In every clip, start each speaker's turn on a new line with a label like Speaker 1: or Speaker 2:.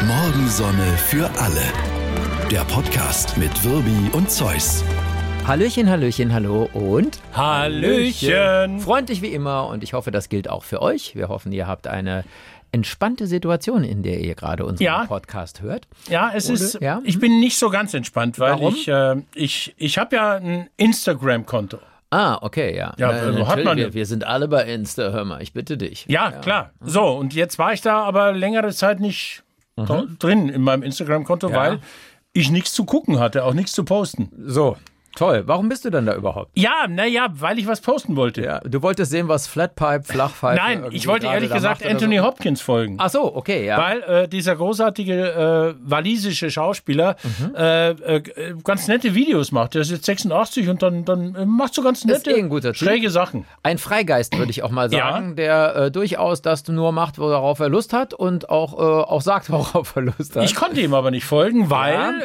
Speaker 1: Morgensonne für alle. Der Podcast mit Wirbi und Zeus.
Speaker 2: Hallöchen, Hallöchen, hallo und
Speaker 3: Hallöchen!
Speaker 2: freundlich wie immer und ich hoffe, das gilt auch für euch. Wir hoffen, ihr habt eine entspannte Situation, in der ihr gerade unseren
Speaker 3: Ja.
Speaker 2: Podcast hört.
Speaker 3: Ja, es
Speaker 2: Ole,
Speaker 3: ist.
Speaker 2: ja?
Speaker 3: Ich bin nicht so ganz entspannt, weil
Speaker 2: Warum?
Speaker 3: ich äh, ich ich habe ja ein Instagram-Konto.
Speaker 2: Ah, okay, ja.
Speaker 3: Ja,
Speaker 2: Na,
Speaker 3: also hat
Speaker 2: natürlich,
Speaker 3: man-
Speaker 2: wir, wir sind alle bei Insta, hör mal, ich bitte dich.
Speaker 3: Ja, klar. So und jetzt war ich da aber längere Zeit nicht
Speaker 2: Mhm.
Speaker 3: dr- drin in meinem Instagram-Konto, weil ich nichts zu gucken hatte, auch nichts zu posten.
Speaker 2: So, toll. Warum bist du denn da überhaupt?
Speaker 3: Ja, naja, weil ich was posten wollte.
Speaker 2: Ja, du wolltest sehen, was Flatpipe, Flachpfeife
Speaker 3: Nein,
Speaker 2: irgendwie
Speaker 3: ich wollte
Speaker 2: gerade
Speaker 3: ehrlich
Speaker 2: da
Speaker 3: gesagt
Speaker 2: macht oder
Speaker 3: Anthony
Speaker 2: So.
Speaker 3: Hopkins folgen.
Speaker 2: Ach so, okay, ja.
Speaker 3: Weil äh, dieser großartige äh, walisische Schauspieler
Speaker 2: Mhm.
Speaker 3: äh, äh, ganz nette Videos macht. Der ist jetzt 86 und dann, dann äh, macht so ganz
Speaker 2: Ist
Speaker 3: nette,
Speaker 2: eh ein guter Typ.
Speaker 3: schräge Sachen.
Speaker 2: Ein Freigeist, würde ich auch mal
Speaker 3: Ja.
Speaker 2: sagen, der äh, durchaus das nur macht, worauf er Lust hat und auch, äh, auch sagt, worauf er Lust hat.
Speaker 3: Ich konnte ihm aber nicht folgen, weil
Speaker 2: Mhm.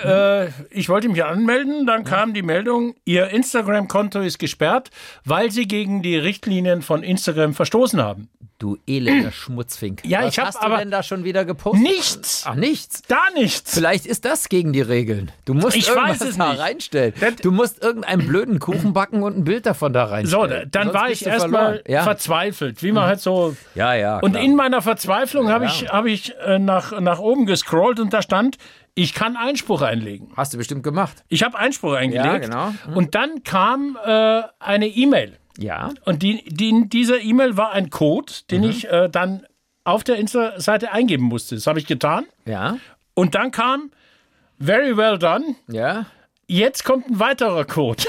Speaker 3: äh, ich wollte mich anmelden. Dann kam die Meldung, ihr Instagram-Konto ist gesperrt, weil sie gegen die Richtlinien von Instagram verstoßen haben.
Speaker 2: Du elender Schmutzfink.
Speaker 3: Ja,
Speaker 2: Was
Speaker 3: ich hab
Speaker 2: hast du
Speaker 3: aber-
Speaker 2: denn da schon wieder gepostet?
Speaker 3: Nichts!
Speaker 2: Ach, nichts.
Speaker 3: Da nichts!
Speaker 2: Vielleicht ist das gegen die Regeln. Du musst
Speaker 3: Ich
Speaker 2: irgendwas
Speaker 3: weiß es
Speaker 2: da
Speaker 3: nicht.
Speaker 2: reinstellen. Du musst irgendeinen blöden Kuchen backen und ein Bild davon da
Speaker 3: So,
Speaker 2: reinstellen.
Speaker 3: da- dann
Speaker 2: Sonst
Speaker 3: war
Speaker 2: bist
Speaker 3: ich
Speaker 2: du verloren.
Speaker 3: erstmal
Speaker 2: Ja, Mhm.
Speaker 3: verzweifelt, wie man halt so.
Speaker 2: ja. ja
Speaker 3: Und
Speaker 2: klar.
Speaker 3: in meiner Verzweiflung habe ich, hab ich äh, nach, nach oben gescrollt und da stand, ich kann Einspruch einlegen.
Speaker 2: Hast du bestimmt gemacht.
Speaker 3: Ich habe Einspruch eingelegt.
Speaker 2: genau.
Speaker 3: Und dann kam äh, eine E-Mail.
Speaker 2: Ja.
Speaker 3: Und die, die, in dieser E-Mail war ein Code, den
Speaker 2: Mhm.
Speaker 3: ich äh, dann auf der Insta-Seite eingeben musste. Das habe ich getan.
Speaker 2: Ja.
Speaker 3: Und dann kam, very well done,
Speaker 2: Ja.
Speaker 3: jetzt kommt ein weiterer Code.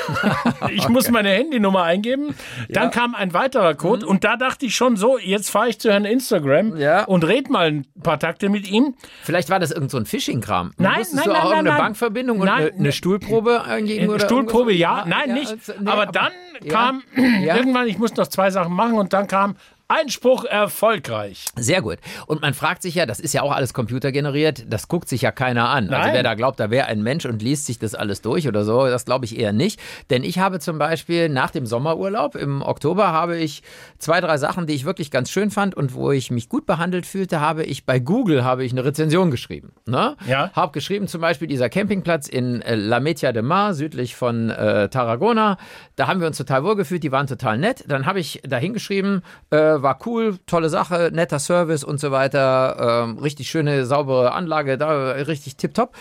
Speaker 3: ich muss meine Handynummer eingeben. Dann kam ein weiterer Code. Und da dachte ich schon so, jetzt fahre ich zu Herrn Instagram
Speaker 2: Mhm. Ja.
Speaker 3: und red mal ein paar Takte mit ihm.
Speaker 2: Vielleicht war das irgend so ein Phishing-Kram.
Speaker 3: Nein,
Speaker 2: Musstest
Speaker 3: nein,
Speaker 2: du
Speaker 3: nein,
Speaker 2: auch
Speaker 3: nein,
Speaker 2: eine
Speaker 3: nein.
Speaker 2: Bankverbindung
Speaker 3: Nein,
Speaker 2: und eine, eine Stuhlprobe eingeben? Oder
Speaker 3: Stuhlprobe,
Speaker 2: irgendwas?
Speaker 3: ja. Nein, nicht.
Speaker 2: also, nee,
Speaker 3: aber, dann
Speaker 2: ja.
Speaker 3: kam
Speaker 2: Ja.
Speaker 3: irgendwann, ich musste noch zwei Sachen machen und dann kam Einspruch erfolgreich.
Speaker 2: Sehr gut. Und man fragt sich ja, das ist ja auch alles computergeneriert, das guckt sich ja keiner an. Also
Speaker 3: Nein.
Speaker 2: wer da glaubt, da wäre ein Mensch und liest sich das alles durch oder so, das glaube ich eher nicht. Denn ich habe zum Beispiel nach dem Sommerurlaub im Oktober habe ich zwei, drei Sachen, die ich wirklich ganz schön fand und wo ich mich gut behandelt fühlte, habe ich bei Google habe ich eine Rezension geschrieben. Ne?
Speaker 3: Ja.
Speaker 2: Habe geschrieben zum Beispiel dieser Campingplatz in äh, La Metia de Mar, südlich von äh, Tarragona. Da haben wir uns total wohl gefühlt, die waren total nett. Dann habe ich da hingeschrieben, äh, war cool, tolle Sache, netter Service und so weiter, ähm, richtig schöne, saubere Anlage, da äh, richtig tipptopp.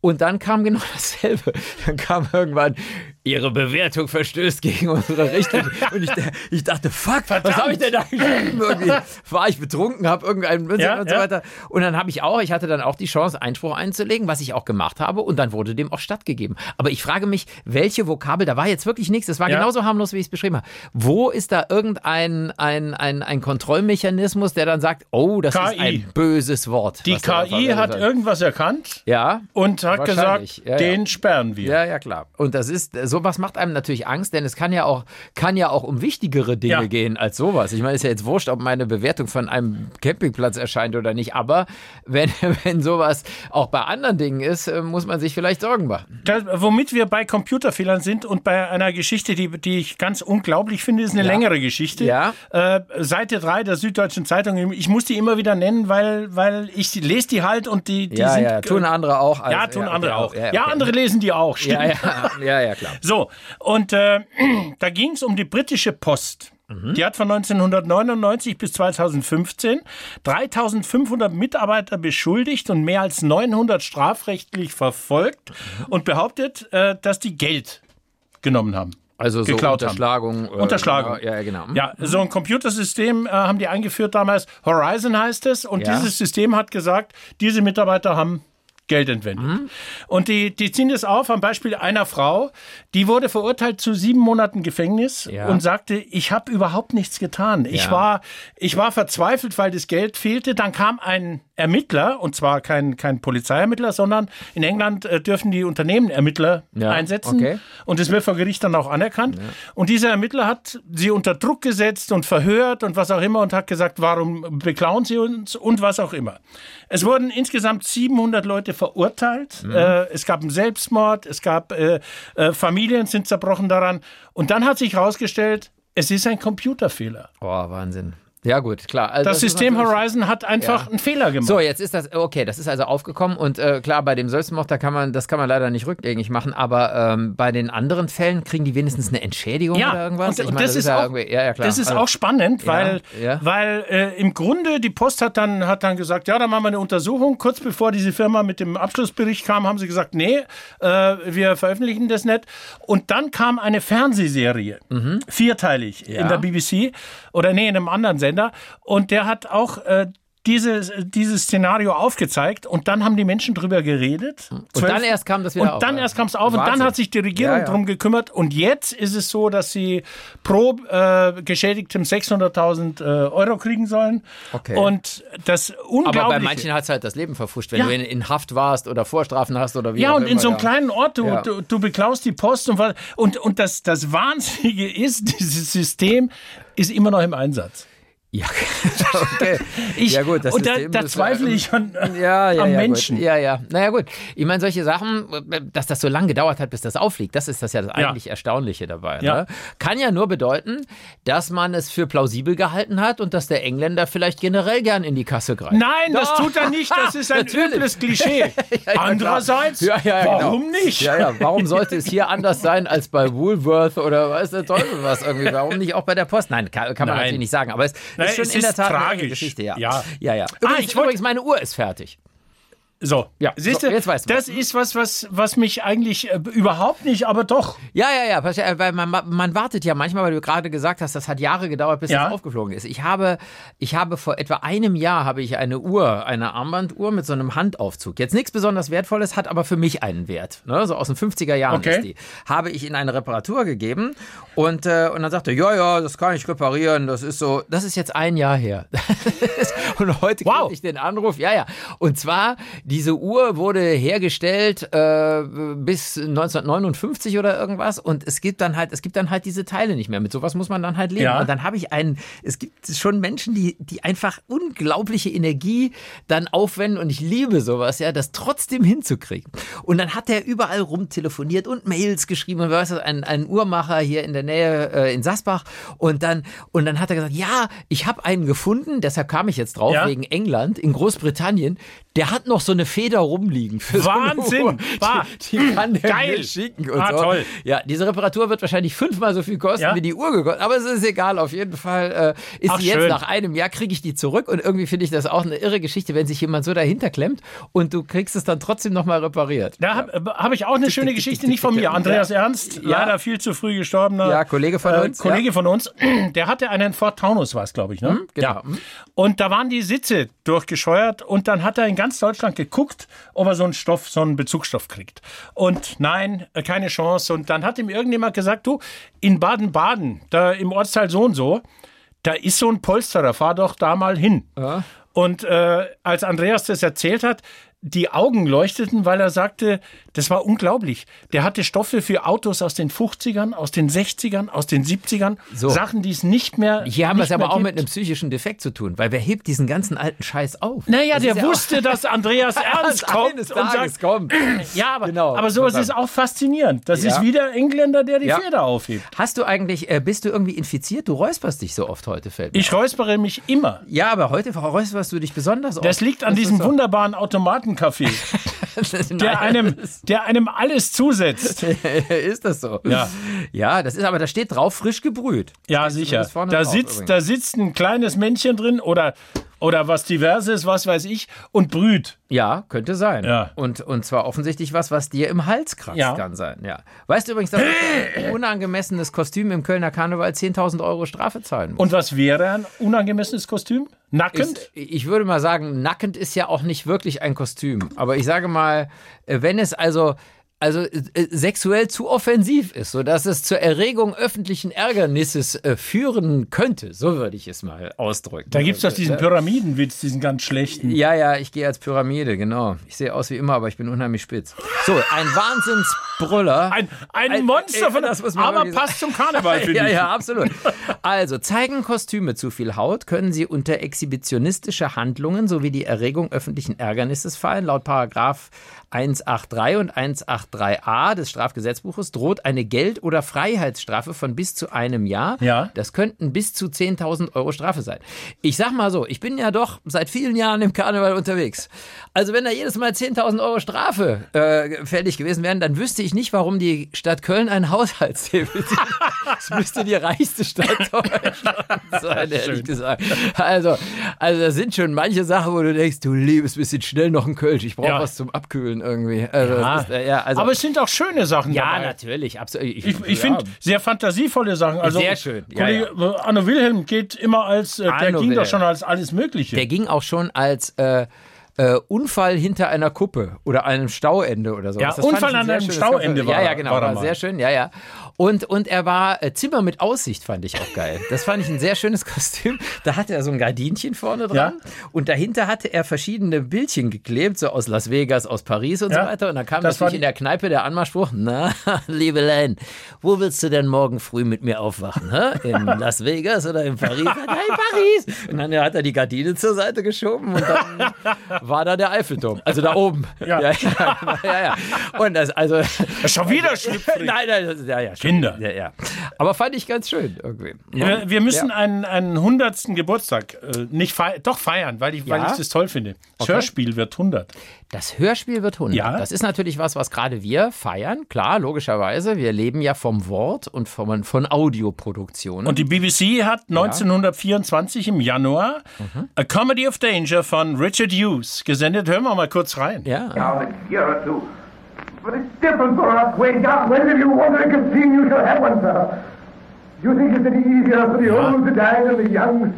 Speaker 2: Und dann kam genau dasselbe. Dann kam irgendwann, ihre Bewertung verstößt gegen unsere Richtlinie. Und ich, ich dachte, fuck, was habe ich denn da geschrieben? Irgendwie war ich betrunken, habe irgendeinen Blödsinn
Speaker 3: Ja,
Speaker 2: und so
Speaker 3: ja.
Speaker 2: weiter. Und dann habe ich auch, ich hatte dann auch die Chance, Einspruch einzulegen, was ich auch gemacht habe. Und dann wurde dem auch stattgegeben. Aber ich frage mich, welche Vokabel, da war jetzt wirklich nichts, das war
Speaker 3: Ja.
Speaker 2: genauso harmlos, wie ich es beschrieben habe. Wo ist da irgendein ein, ein, ein Kontrollmechanismus, der dann sagt, oh, das ist
Speaker 3: KI.
Speaker 2: ein böses Wort.
Speaker 3: Die
Speaker 2: was da
Speaker 3: KI
Speaker 2: verwendet
Speaker 3: hat
Speaker 2: wird.
Speaker 3: irgendwas erkannt
Speaker 2: Ja.
Speaker 3: und hat
Speaker 2: Wahrscheinlich,
Speaker 3: gesagt,
Speaker 2: ja, ja.
Speaker 3: den sperren wir.
Speaker 2: Ja, ja, klar. Und das ist, äh, sowas macht einem natürlich Angst, denn es kann ja auch, kann ja auch um wichtigere Dinge
Speaker 3: Ja.
Speaker 2: gehen als sowas. Ich meine, ist ja jetzt wurscht, ob meine Bewertung von einem Campingplatz erscheint oder nicht, aber wenn, wenn sowas auch bei anderen Dingen ist, äh, muss man sich vielleicht Sorgen machen.
Speaker 3: Das, womit wir bei Computerfehlern sind und bei einer Geschichte, die, die ich ganz unglaublich finde, ist eine längere Geschichte.
Speaker 2: Ja.
Speaker 3: Äh, Seite 3 der Süddeutschen Zeitung. Ich muss die immer wieder nennen, weil, weil ich die- lese die halt und die, die
Speaker 2: ja,
Speaker 3: sind. äh,
Speaker 2: ja, tun andere auch. als-
Speaker 3: ja, tun
Speaker 2: okay,
Speaker 3: andere auch.
Speaker 2: Ja,
Speaker 3: Ja,
Speaker 2: okay.
Speaker 3: andere lesen die auch, stimmt.
Speaker 2: Ja, ja, ja, ja, klar.
Speaker 3: So, und äh, da ging es um die britische Post. Die hat von 1999 bis 2015 3500 Mitarbeiter beschuldigt und mehr als 900 strafrechtlich verfolgt und behauptet, äh, dass die Geld genommen haben.
Speaker 2: Also so
Speaker 3: Geklaut haben.
Speaker 2: Unterschlagung. äh,
Speaker 3: Unterschlagung.
Speaker 2: Genau, ja, genau.
Speaker 3: Ja, so ein Computersystem äh, haben die eingeführt damals. Horizon heißt es. Und
Speaker 2: Ja.
Speaker 3: dieses System hat gesagt, diese Mitarbeiter haben Geld entwendet.
Speaker 2: Mhm.
Speaker 3: Und die, die ziehen das auf am Beispiel einer Frau, die wurde verurteilt zu sieben Monaten Gefängnis
Speaker 2: Ja.
Speaker 3: und sagte, ich habe überhaupt nichts getan. Ich,
Speaker 2: Ja.
Speaker 3: war, ich war verzweifelt, weil das Geld fehlte. Dann kam ein Ermittler, und zwar kein, kein Polizeiermittler, sondern in England äh, dürfen die Unternehmen Ermittler
Speaker 2: Ja,
Speaker 3: einsetzen.
Speaker 2: okay.
Speaker 3: Und das wird vor Gericht dann auch anerkannt. Und dieser Ermittler hat sie unter Druck gesetzt und verhört und was auch immer und hat gesagt, warum beklauen sie uns und was auch immer. Es wurden insgesamt 700 Leute verurteilt.
Speaker 2: Mhm.
Speaker 3: Äh, es gab einen Selbstmord, es gab äh, äh, Familien sind zerbrochen daran. Und dann hat sich herausgestellt, es ist ein Computerfehler.
Speaker 2: Oh, Wahnsinn. Ja, gut, klar. Also
Speaker 3: Das,
Speaker 2: ist
Speaker 3: System
Speaker 2: natürlich-
Speaker 3: Horizon hat einfach einen Fehler gemacht.
Speaker 2: So, jetzt ist das, okay, das ist also aufgekommen und äh, klar, bei dem Selbstmord, da kann man, das kann man leider nicht rückgängig machen, aber ähm, bei den anderen Fällen kriegen die wenigstens eine Entschädigung oder irgendwas?
Speaker 3: Und,
Speaker 2: Ich
Speaker 3: und
Speaker 2: meine,
Speaker 3: das, ist
Speaker 2: ja
Speaker 3: auch,
Speaker 2: irgendwie, ja, ja, klar.
Speaker 3: das ist
Speaker 2: Also,
Speaker 3: auch spannend, weil,
Speaker 2: ja.
Speaker 3: weil äh, im Grunde die Post hat dann, hat dann gesagt, ja, dann machen wir eine Untersuchung. Kurz bevor diese Firma mit dem Abschlussbericht kam, haben sie gesagt, nee, äh, wir veröffentlichen das nicht. Und dann kam eine Fernsehserie,
Speaker 2: Mhm.
Speaker 3: vierteilig in der BBC oder nee, in einem anderen Sender. Und der hat auch äh, dieses, dieses Szenario aufgezeigt und dann haben die Menschen drüber geredet.
Speaker 2: Und dann erst kam das wieder
Speaker 3: Und
Speaker 2: auf,
Speaker 3: dann
Speaker 2: ja.
Speaker 3: erst kam es auf und
Speaker 2: Wahnsinn.
Speaker 3: dann hat sich die Regierung
Speaker 2: Ja, ja.
Speaker 3: drum gekümmert und jetzt ist es so, dass sie pro äh, Geschädigtem 600.000 äh, Euro kriegen sollen.
Speaker 2: Okay.
Speaker 3: Und das unglaubliche.
Speaker 2: aber bei manchen hat es halt das Leben verfuscht, wenn
Speaker 3: Ja.
Speaker 2: du in, in Haft warst oder Vorstrafen hast oder wie
Speaker 3: ja,
Speaker 2: auch
Speaker 3: und in
Speaker 2: immer,
Speaker 3: so einem
Speaker 2: ja.
Speaker 3: kleinen Ort, du,
Speaker 2: Ja.
Speaker 3: du, du beklaust die Post und, was- und, und das, das Wahnsinnige ist, dieses System ist immer noch im Einsatz.
Speaker 2: Ja, okay.
Speaker 3: Ich,
Speaker 2: ja gut, das
Speaker 3: und da,
Speaker 2: System
Speaker 3: da
Speaker 2: ist,
Speaker 3: zweifle
Speaker 2: ähm,
Speaker 3: ich an,
Speaker 2: ja, ja,
Speaker 3: am
Speaker 2: ja,
Speaker 3: Menschen.
Speaker 2: Gut. Ja, ja. Naja, gut. Ich meine, solche Sachen, dass das so lange gedauert hat, bis das auffliegt, das ist das ja das
Speaker 3: Ja.
Speaker 2: eigentlich Erstaunliche dabei.
Speaker 3: Ja.
Speaker 2: Ne? Kann ja nur bedeuten, dass man es für plausibel gehalten hat und dass der Engländer vielleicht generell gern in die Kasse greift.
Speaker 3: Nein, das
Speaker 2: Doch.
Speaker 3: tut er nicht. Das ist ein
Speaker 2: Natürlich.
Speaker 3: übles Klischee.
Speaker 2: Ja, ja,
Speaker 3: Andererseits,
Speaker 2: klar. ja, ja,
Speaker 3: warum
Speaker 2: genau.
Speaker 3: nicht?
Speaker 2: Ja, ja, warum sollte es hier anders sein als bei Woolworth oder weiß der Teufel was irgendwie? Warum nicht auch bei der Post? Nein, kann, kann man
Speaker 3: Nein.
Speaker 2: natürlich nicht sagen, aber es
Speaker 3: Nein,
Speaker 2: ist schon
Speaker 3: es
Speaker 2: in der
Speaker 3: ist
Speaker 2: Tat eine
Speaker 3: tragisch.
Speaker 2: Geschichte. Ja,
Speaker 3: Ja.
Speaker 2: ja. ja. Übrigens,
Speaker 3: ich wollt-
Speaker 2: übrigens, meine Uhr ist fertig.
Speaker 3: So,
Speaker 2: Ja,
Speaker 3: siehst du,
Speaker 2: so, jetzt weißt du
Speaker 3: das ist was, was, was mich eigentlich äh, überhaupt nicht, aber doch.
Speaker 2: Ja, ja, ja, pass- äh, weil man, man wartet ja manchmal, weil du gerade gesagt hast, das hat Jahre gedauert, bis
Speaker 3: Ja.
Speaker 2: das aufgeflogen ist. Ich habe, ich habe vor etwa einem Jahr habe ich eine Uhr, eine Armbanduhr mit so einem Handaufzug. Jetzt nichts besonders Wertvolles, hat aber für mich einen Wert. Ne? So aus den 50er Jahren
Speaker 3: Okay.
Speaker 2: ist die. Habe ich in eine Reparatur gegeben und, äh, und dann sagte, er, ja, ja, das kann ich reparieren, das ist so, das ist jetzt ein Jahr her. und heute
Speaker 3: Wow.
Speaker 2: krieg ich den Anruf, ja, ja. Und zwar, diese Uhr wurde hergestellt äh, bis 1959 oder irgendwas und es gibt dann halt, es gibt dann halt diese Teile nicht mehr. Mit sowas muss man dann halt leben.
Speaker 3: Ja.
Speaker 2: Und dann habe ich einen, es gibt schon Menschen, die, die einfach unglaubliche Energie dann aufwenden und ich liebe sowas, ja, das trotzdem hinzukriegen. Und dann hat der überall rumtelefoniert und Mails geschrieben und was, ein, ein Uhrmacher hier in der Nähe äh, in Sassbach und dann, und dann hat er gesagt, ja, ich habe einen gefunden, deshalb kam ich jetzt drauf,
Speaker 3: Ja.
Speaker 2: wegen England, in Großbritannien, der hat noch so eine Feder rumliegen für
Speaker 3: Wahnsinn!
Speaker 2: so eine Uhr.
Speaker 3: Bah!
Speaker 2: Die, die kann der
Speaker 3: Geil!
Speaker 2: mir schicken und
Speaker 3: Ah,
Speaker 2: so.
Speaker 3: toll.
Speaker 2: Ja, diese Reparatur wird wahrscheinlich fünfmal so viel kosten,
Speaker 3: Ja.
Speaker 2: wie die Uhr gekostet. Aber es ist egal, auf jeden Fall äh, ist
Speaker 3: Ach,
Speaker 2: sie jetzt
Speaker 3: schön.
Speaker 2: nach einem Jahr, kriege ich die zurück. Und irgendwie finde ich das auch eine irre Geschichte, wenn sich jemand so dahinter klemmt und du kriegst es dann trotzdem nochmal repariert.
Speaker 3: Da habe hab ich auch eine schöne Geschichte, nicht von mir. Andreas Ernst,
Speaker 2: Ja.
Speaker 3: leider viel zu früh gestorbener äh,
Speaker 2: Ja, Kollege von uns,
Speaker 3: Kollege von uns, der hatte einen Ford Taunus, war es, glaube ich. Ne?
Speaker 2: genau.
Speaker 3: Ja. Und da waren die Sitze durchgescheuert und dann hat er in ganz Deutschland geguckt, ob er so einen Stoff, so einen Bezugsstoff kriegt. Und nein, äh, keine Chance. Und dann hat ihm irgendjemand gesagt, du, in Baden-Baden, da im Ortsteil so und so, da ist so ein Polsterer, fahr doch da mal hin. Und äh, als Andreas das erzählt hat, die Augen leuchteten, weil er sagte, das war unglaublich. Der hatte Stoffe für Autos aus den 50ern, aus den 60ern, aus den 70ern,
Speaker 2: So.
Speaker 3: Sachen, die es nicht mehr.
Speaker 2: Hier haben wir
Speaker 3: nicht
Speaker 2: es aber
Speaker 3: mehr
Speaker 2: auch
Speaker 3: gibt.
Speaker 2: mit einem psychischen Defekt zu tun, weil wer hebt diesen ganzen alten Scheiß auf?
Speaker 3: Naja,
Speaker 2: Das
Speaker 3: der
Speaker 2: ist ja auch-
Speaker 3: wusste, dass Andreas Ernst kommt und
Speaker 2: eines Tages
Speaker 3: sagt,
Speaker 2: kommt.
Speaker 3: ja, aber,
Speaker 2: Genau.
Speaker 3: aber sowas
Speaker 2: Verdammt.
Speaker 3: ist auch faszinierend. Das
Speaker 2: Ja.
Speaker 3: ist wieder Engländer, der die
Speaker 2: Ja.
Speaker 3: Pferde aufhebt.
Speaker 2: Hast du eigentlich, äh, bist du irgendwie infiziert? Du räusperst dich so oft heute, fällt mir
Speaker 3: Ich räuspere mich immer.
Speaker 2: Ja, aber heute räusperst du dich besonders oft.
Speaker 3: Das liegt an diesem wunderbaren Automatenkaffee, der einem, der einem alles zusetzt.
Speaker 2: ist das so?
Speaker 3: Ja.
Speaker 2: Ja, das ist aber, da steht drauf, frisch gebrüht.
Speaker 3: Ja,
Speaker 2: das
Speaker 3: sicher.
Speaker 2: ist vorne
Speaker 3: Da
Speaker 2: drauf
Speaker 3: sitzt,
Speaker 2: übrigens.
Speaker 3: da sitzt ein kleines Männchen drin oder, oder was diverses, was weiß ich, und brüht.
Speaker 2: Ja, könnte sein.
Speaker 3: Ja.
Speaker 2: Und, und zwar offensichtlich was, was dir im Hals kratzt,
Speaker 3: Ja.
Speaker 2: kann sein. Ja. Weißt du übrigens, dass ein unangemessenes Kostüm im Kölner Karneval 10.000 Euro Strafe zahlen muss?
Speaker 3: Und was wäre ein unangemessenes Kostüm? Nackend?
Speaker 2: Ist, ich würde mal sagen, nackend ist ja auch nicht wirklich ein Kostüm. Aber ich sage mal, äh, wenn es also, also äh, äh, sexuell zu offensiv ist, sodass es zur Erregung öffentlichen Ärgernisses äh, führen könnte, so würde ich es mal ausdrücken.
Speaker 3: da gibt es doch diesen Pyramidenwitz, diesen ganz schlechten.
Speaker 2: Ja, ja, ich gehe als Pyramide, genau. Ich sehe aus wie immer, aber ich bin unheimlich spitz. So, ein Wahnsinns Brüller.
Speaker 3: Ein, ein, Monster von
Speaker 2: äh, das muss man
Speaker 3: Aber
Speaker 2: wirklich sagen.
Speaker 3: passt zum Karneval, finde
Speaker 2: Ja,
Speaker 3: ich.
Speaker 2: ja, absolut. Also, zeigen Kostüme zu viel Haut, können sie unter exhibitionistische Handlungen sowie die Erregung öffentlichen Ärgernisses fallen. Laut Paragraph 183 und 183a des Strafgesetzbuches droht eine Geld- oder Freiheitsstrafe von bis zu einem Jahr.
Speaker 3: Ja.
Speaker 2: Das könnten bis zu 10.000 Euro Strafe sein. Ich sag mal so, ich bin ja doch seit vielen Jahren im Karneval unterwegs. Also wenn da jedes Mal 10.000 Euro Strafe äh, fällig gewesen wären, dann wüsste ich nicht, warum die Stadt Köln ein Haushaltshebel Das müsste die reichste Stadt Deutschlands sein, ehrlich gesagt. Also, also das sind schon manche Sachen, wo du denkst, du liebes bisschen schnell noch ein Kölsch. Ich brauche
Speaker 3: Ja.
Speaker 2: was zum Abkühlen irgendwie. Also, das ist, äh, ja, also,
Speaker 3: Aber es sind auch schöne Sachen
Speaker 2: ja,
Speaker 3: dabei.
Speaker 2: natürlich, absolut.
Speaker 3: Ich, ich finde sehr fantasievolle Sachen. Also,
Speaker 2: Sehr schön, ja,
Speaker 3: Kollege äh, Anno Wilhelm geht immer als, äh, der
Speaker 2: Anno
Speaker 3: ging
Speaker 2: Wilhelm.
Speaker 3: doch schon als alles Mögliche.
Speaker 2: Der ging auch schon als äh, äh, Unfall hinter einer Kuppe oder einem Stauende oder so.
Speaker 3: Ja, Unfall an einem Stauende war
Speaker 2: Ja, ja,
Speaker 3: er-
Speaker 2: genau,
Speaker 3: war
Speaker 2: war,
Speaker 3: er mal.
Speaker 2: sehr schön, ja, ja. Und, und er war äh, Zimmer mit Aussicht, fand ich auch geil. Das fand ich ein sehr schönes Kostüm. Da hatte er so ein Gardinchen vorne dran und dahinter hatte er verschiedene Bildchen geklebt, so aus Las Vegas, aus Paris und
Speaker 3: Ja,
Speaker 2: so weiter. Und dann kam
Speaker 3: das war
Speaker 2: natürlich
Speaker 3: die-
Speaker 2: in der Kneipe der Anmachspruch, na, liebe Len, wo willst du denn morgen früh mit mir aufwachen? Hä? In Las Vegas oder in Paris? Nein, Paris! Und dann hat er die Gardine zur Seite geschoben und dann war da der Eiffelturm. Also da oben.
Speaker 3: Ja.
Speaker 2: ja, ja, genau, ja, ja. Und das, also,
Speaker 3: Das ist schon wieder schlüpfrig.
Speaker 2: nein, nein, das, ist- ja, ja, schon.
Speaker 3: Kinder.
Speaker 2: Ja, ja. Aber fand ich ganz schön irgendwie.
Speaker 3: Wir, wir müssen einen, einen 100. Geburtstag äh, nicht fei doch feiern, weil ich, weil
Speaker 2: Ja?
Speaker 3: ich das toll finde. Das Hörspiel wird 100.
Speaker 2: Das Hörspiel wird 100.
Speaker 3: Ja.
Speaker 2: Das ist natürlich was, was gerade wir feiern. Klar, logischerweise. Wir leben ja vom Wort und von, von Audioproduktionen.
Speaker 3: Und die BBC hat 1924 im Januar
Speaker 2: Mhm.
Speaker 3: A Comedy of Danger von Richard Hughes gesendet. Hören wir mal kurz rein.
Speaker 2: ja.
Speaker 4: Now, in a year or two. But it's different for us, Wade When if you want a guillotine, you shall have one, sir. You think it's any easier for the old to die than the young?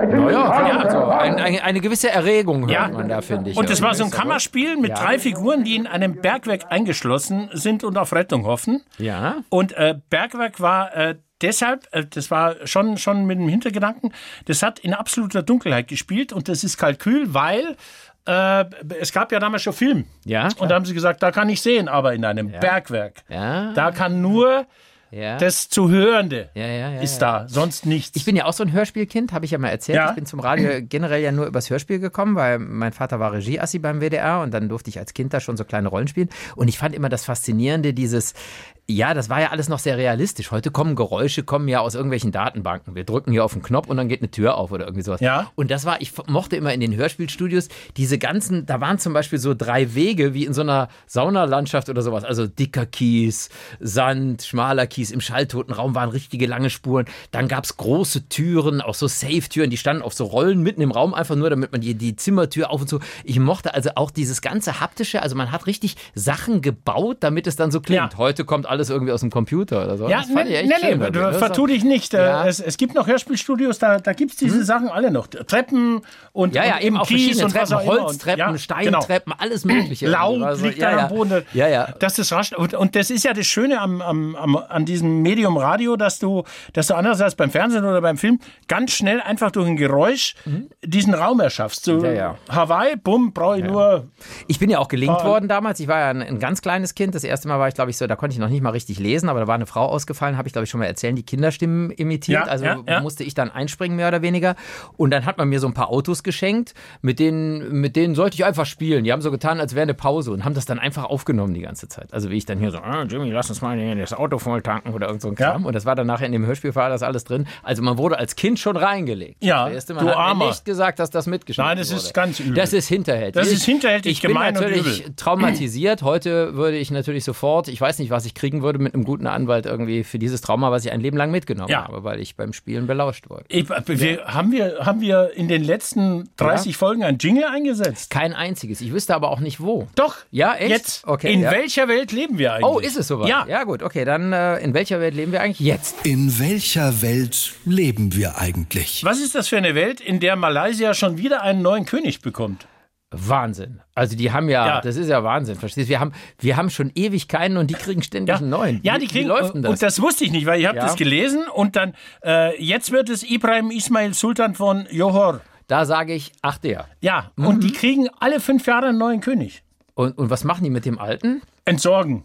Speaker 4: I tell
Speaker 2: Ja,
Speaker 4: you, it's
Speaker 2: ja,
Speaker 4: hard,
Speaker 2: also
Speaker 4: sir.
Speaker 2: ein, ein, eine gewisse Erregung hört
Speaker 3: Ah, Ja.
Speaker 2: man da, finde ich.
Speaker 3: Und das war so ein
Speaker 2: irgendwie.
Speaker 3: Kammerspiel mit drei Figuren, die in einem Bergwerk eingeschlossen sind und auf Rettung hoffen.
Speaker 2: Ja.
Speaker 3: Und äh, Bergwerk war äh, deshalb, äh, das war schon, schon mit dem Hintergedanken, das hat in absoluter Dunkelheit gespielt und das ist Kalkül, weil äh, es gab ja damals schon Film.
Speaker 2: Ja,
Speaker 3: Und
Speaker 2: klar.
Speaker 3: da haben sie gesagt, da kann ich sehen, aber in einem Bergwerk.
Speaker 2: Ja.
Speaker 3: Da kann nur
Speaker 2: Ja.
Speaker 3: das zu Hörende
Speaker 2: Ja, ja, ja,
Speaker 3: ist
Speaker 2: ja.
Speaker 3: da, sonst nichts.
Speaker 2: Ich bin ja auch so ein Hörspielkind, habe ich ja mal erzählt.
Speaker 3: Ja.
Speaker 2: Ich bin zum Radio generell ja nur übers Hörspiel gekommen, weil mein Vater war Regieassi beim WDR und dann durfte ich als Kind da schon so kleine Rollen spielen. Und ich fand immer das Faszinierende, dieses, ja, das war ja alles noch sehr realistisch. Heute kommen Geräusche, kommen ja aus irgendwelchen Datenbanken. Wir drücken hier auf den Knopf und dann geht eine Tür auf oder irgendwie sowas.
Speaker 3: Ja.
Speaker 2: Und das war, ich mochte immer in den Hörspielstudios diese ganzen, da waren zum Beispiel so drei Wege, wie in so einer Saunalandschaft oder sowas. Also dicker Kies, Sand, schmaler Kies. Im schalltoten Raum waren richtige lange Spuren. Dann gab es große Türen, auch so Safe-Türen, die standen auf so Rollen mitten im Raum, einfach nur, damit man die, die Zimmertür auf und zu. Ich mochte also auch dieses ganze haptische, also man hat richtig Sachen gebaut, damit es dann so klingt.
Speaker 3: Ja.
Speaker 2: Heute kommt alles irgendwie aus dem Computer oder so.
Speaker 3: Ja,
Speaker 2: Oh, das fand ich
Speaker 3: nee,
Speaker 2: echt
Speaker 3: nee,
Speaker 2: schön.
Speaker 3: nee,
Speaker 2: irgendwie, ne?
Speaker 3: du,
Speaker 2: Das
Speaker 3: vertu
Speaker 2: war-
Speaker 3: dich nicht. Äh,
Speaker 2: Ja. Hm?
Speaker 3: Es, es gibt noch Hörspielstudios, da, da gibt es diese Sachen alle noch. Treppen und,
Speaker 2: Ja, ja,
Speaker 3: und
Speaker 2: eben auch
Speaker 3: Kies
Speaker 2: verschiedene
Speaker 3: und was
Speaker 2: Treppen,
Speaker 3: auch immer.
Speaker 2: Holztreppen,
Speaker 3: und, ja, genau.
Speaker 2: Steintreppen, alles mögliche.
Speaker 3: Laut
Speaker 2: irgendwie. Also,
Speaker 3: liegt
Speaker 2: ja,
Speaker 3: da
Speaker 2: ja.
Speaker 3: am Boden.
Speaker 2: Ja, ja.
Speaker 3: Dass das rasch, und, und das ist ja das Schöne am, am, am, an diesem Medium Radio, dass du, dass du anders als beim Fernsehen oder beim Film ganz schnell einfach durch ein Geräusch diesen Raum erschaffst. So,
Speaker 2: Ja, ja.
Speaker 3: Hawaii, bumm, brauche ich nur.
Speaker 2: Ich bin ja auch gelingt
Speaker 3: Ah.
Speaker 2: worden damals. Ich war ja ein, ein ganz kleines Kind. Das erste Mal war ich, glaube ich, so, da konnte ich noch nicht mal richtig lesen, aber da war eine Frau ausgefallen, habe ich, glaube ich, schon mal erzählt, die Kinderstimmen imitiert.
Speaker 3: Ja,
Speaker 2: also
Speaker 3: ja, ja.
Speaker 2: musste ich dann einspringen, mehr oder weniger. Und dann hat man mir so ein paar Autos geschenkt, mit denen, mit denen sollte ich einfach spielen. Die haben so getan, als wäre eine Pause und haben das dann einfach aufgenommen die ganze Zeit. Also wie ich dann hier so, ah, Jimmy, lass uns mal hier das Auto voll tanken oder irgend so ein
Speaker 3: Ja.
Speaker 2: Kram. Und das war dann nachher in dem Hörspiel war das alles drin. Also man wurde als Kind schon reingelegt.
Speaker 3: Ja,
Speaker 2: Verstehst Man
Speaker 3: du
Speaker 2: hat mir
Speaker 3: Armer.
Speaker 2: nicht gesagt, dass das mitgeschnitten
Speaker 3: Nein, das ist
Speaker 2: wurde.
Speaker 3: ganz übel.
Speaker 2: Das ist hinterhältig.
Speaker 3: Das ist hinterhältig,
Speaker 2: ich bin
Speaker 3: gemein und
Speaker 2: natürlich
Speaker 3: übel.
Speaker 2: traumatisiert. Heute würde ich natürlich sofort, ich weiß nicht, was ich kriegen würde mit einem guten Anwalt irgendwie für dieses Trauma, was ich ein Leben lang mitgenommen
Speaker 3: Ja.
Speaker 2: habe, weil ich beim Spielen belauscht wurde.
Speaker 3: Ich, wir, haben, wir, haben wir in den letzten 30 Folgen einen Jingle eingesetzt?
Speaker 2: Kein einziges. Ich wüsste aber auch nicht wo.
Speaker 3: Doch.
Speaker 2: Ja, echt?
Speaker 3: Jetzt.
Speaker 2: Okay,
Speaker 3: in
Speaker 2: ja.
Speaker 3: welcher Welt leben wir eigentlich?
Speaker 2: Oh, ist es soweit?
Speaker 3: Ja.
Speaker 2: Ja, gut, okay. Dann äh, in welcher Welt leben wir eigentlich jetzt?
Speaker 1: In welcher Welt leben wir eigentlich?
Speaker 3: Was ist das für eine Welt, in der Malaysia schon wieder einen neuen König bekommt?
Speaker 2: Wahnsinn. Also die haben ja,
Speaker 3: Ja.
Speaker 2: das ist ja Wahnsinn, verstehst du? Wir haben, wir haben schon ewig keinen und die kriegen ständig einen neuen.
Speaker 3: Ja,
Speaker 2: Wie-
Speaker 3: die kriegen. äh,
Speaker 2: Wie läuft denn das?
Speaker 3: Und das wusste ich nicht, weil ich habe
Speaker 2: Ja.
Speaker 3: das gelesen und dann äh, jetzt wird es Ibrahim Ismail Sultan von Johor.
Speaker 2: da sage ich, ach der.
Speaker 3: Ja,
Speaker 2: Mhm.
Speaker 3: und die kriegen alle fünf Jahre einen neuen König.
Speaker 2: Und, und was machen die mit dem Alten?
Speaker 3: Entsorgen.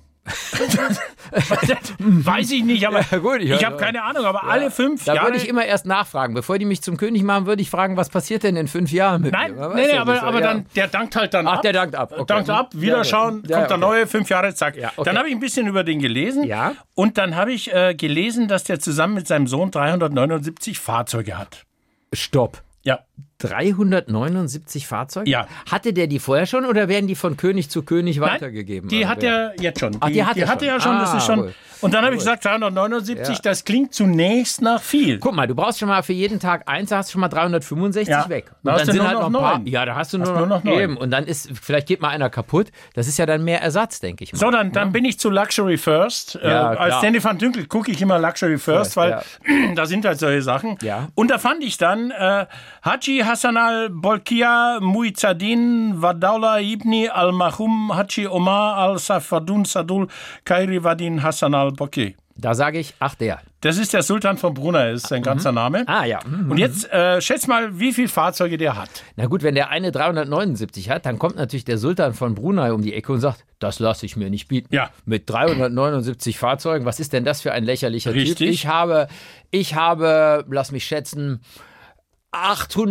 Speaker 3: Weiß ich nicht, aber
Speaker 2: Ja, gut,
Speaker 3: ich,
Speaker 2: ich-
Speaker 3: habe keine Ahnung, aber alle fünf
Speaker 2: Da
Speaker 3: Jahre.
Speaker 2: würde ich immer erst nachfragen. Bevor die mich zum König machen, würde ich fragen, was passiert denn in fünf Jahren mit
Speaker 3: Nein,
Speaker 2: mir? Man
Speaker 3: nee,
Speaker 2: weiß
Speaker 3: nee,
Speaker 2: ja
Speaker 3: aber,
Speaker 2: nicht so,
Speaker 3: aber
Speaker 2: ja.
Speaker 3: dann, der dankt halt dann
Speaker 2: Ach,
Speaker 3: ab.
Speaker 2: der dankt ab, okay.
Speaker 3: Dankt ab, wieder
Speaker 2: Ja,
Speaker 3: schauen, kommt
Speaker 2: ja,
Speaker 3: der
Speaker 2: okay.
Speaker 3: neue, fünf Jahre, zack.
Speaker 2: Ja, okay.
Speaker 3: Dann habe ich ein bisschen über den gelesen.
Speaker 2: Ja.
Speaker 3: Und dann habe ich äh, gelesen, dass der zusammen mit seinem Sohn 379 Fahrzeuge hat.
Speaker 2: Stopp.
Speaker 3: Ja.
Speaker 2: 379 Fahrzeuge?
Speaker 3: Ja.
Speaker 2: Hatte der die vorher schon oder werden die von König zu König weitergegeben?
Speaker 3: Die
Speaker 2: Also
Speaker 3: hat
Speaker 2: der-
Speaker 3: er jetzt schon.
Speaker 2: Ach, die hat er
Speaker 3: hatte
Speaker 2: schon.
Speaker 3: ja schon, das
Speaker 2: Ah,
Speaker 3: ist schon.
Speaker 2: gut.
Speaker 3: Und dann habe ich gesagt, 379,
Speaker 2: Ja.
Speaker 3: das klingt zunächst nach viel.
Speaker 2: Guck mal, du brauchst schon mal für jeden Tag eins, da hast du schon mal 365
Speaker 3: Ja.
Speaker 2: weg. Und halt
Speaker 3: Da hast du nur noch
Speaker 2: ein paar.
Speaker 3: neun.
Speaker 2: Ja, da hast du
Speaker 3: Hast
Speaker 2: nur,
Speaker 3: nur
Speaker 2: noch,
Speaker 3: noch neun.
Speaker 2: eben. Und dann ist, vielleicht geht mal einer kaputt. Das ist ja dann mehr Ersatz, denke ich mal.
Speaker 3: So, dann, dann bin ich zu Luxury First.
Speaker 2: Ja,
Speaker 3: äh, als
Speaker 2: klar.
Speaker 3: Danny van Dünkel gucke ich immer Luxury First, weil
Speaker 2: Ja.
Speaker 3: da sind halt solche Sachen.
Speaker 2: Ja.
Speaker 3: Und da fand ich dann äh, Haji Hassanal Bolkiah Muizzadin Wadaula Ibni Al-Mahum Haji Omar Al-Safadun Sadul Kairi Wadin Hassanal Bolkiah.
Speaker 2: Da sage ich, ach der.
Speaker 3: Das ist der Sultan von Brunei, ist sein ganzer Name.
Speaker 2: Ah ja. Mhm.
Speaker 3: Und jetzt äh, schätz mal, wie viele Fahrzeuge der hat.
Speaker 2: Na gut, wenn der eine 379 hat, dann kommt natürlich der Sultan von Brunei um die Ecke und sagt, das lasse ich mir nicht bieten.
Speaker 3: Ja.
Speaker 2: Mit 379 Fahrzeugen, was ist denn das für ein lächerlicher
Speaker 3: Richtig.
Speaker 2: Typ? Ich habe, ich habe, lass mich schätzen,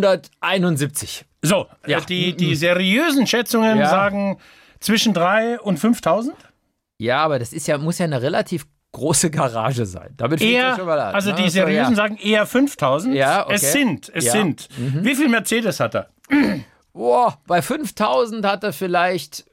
Speaker 2: 871.
Speaker 3: So,
Speaker 2: Ja. Mhm.
Speaker 3: äh, die, die seriösen Schätzungen
Speaker 2: Ja.
Speaker 3: sagen zwischen 3 und 5000.
Speaker 2: Ja, aber das ist ja, muss ja eine relativ große Garage sein. Damit fängt
Speaker 3: eher,
Speaker 2: das schon mal an.
Speaker 3: also
Speaker 2: ne?
Speaker 3: die
Speaker 2: So, ja.
Speaker 3: Seriösen sagen eher 5000.
Speaker 2: Ja, okay.
Speaker 3: Es sind, es
Speaker 2: Ja. Mhm.
Speaker 3: sind. Wie viel Mercedes hat er?
Speaker 2: Boah, bei 5000 hat er vielleicht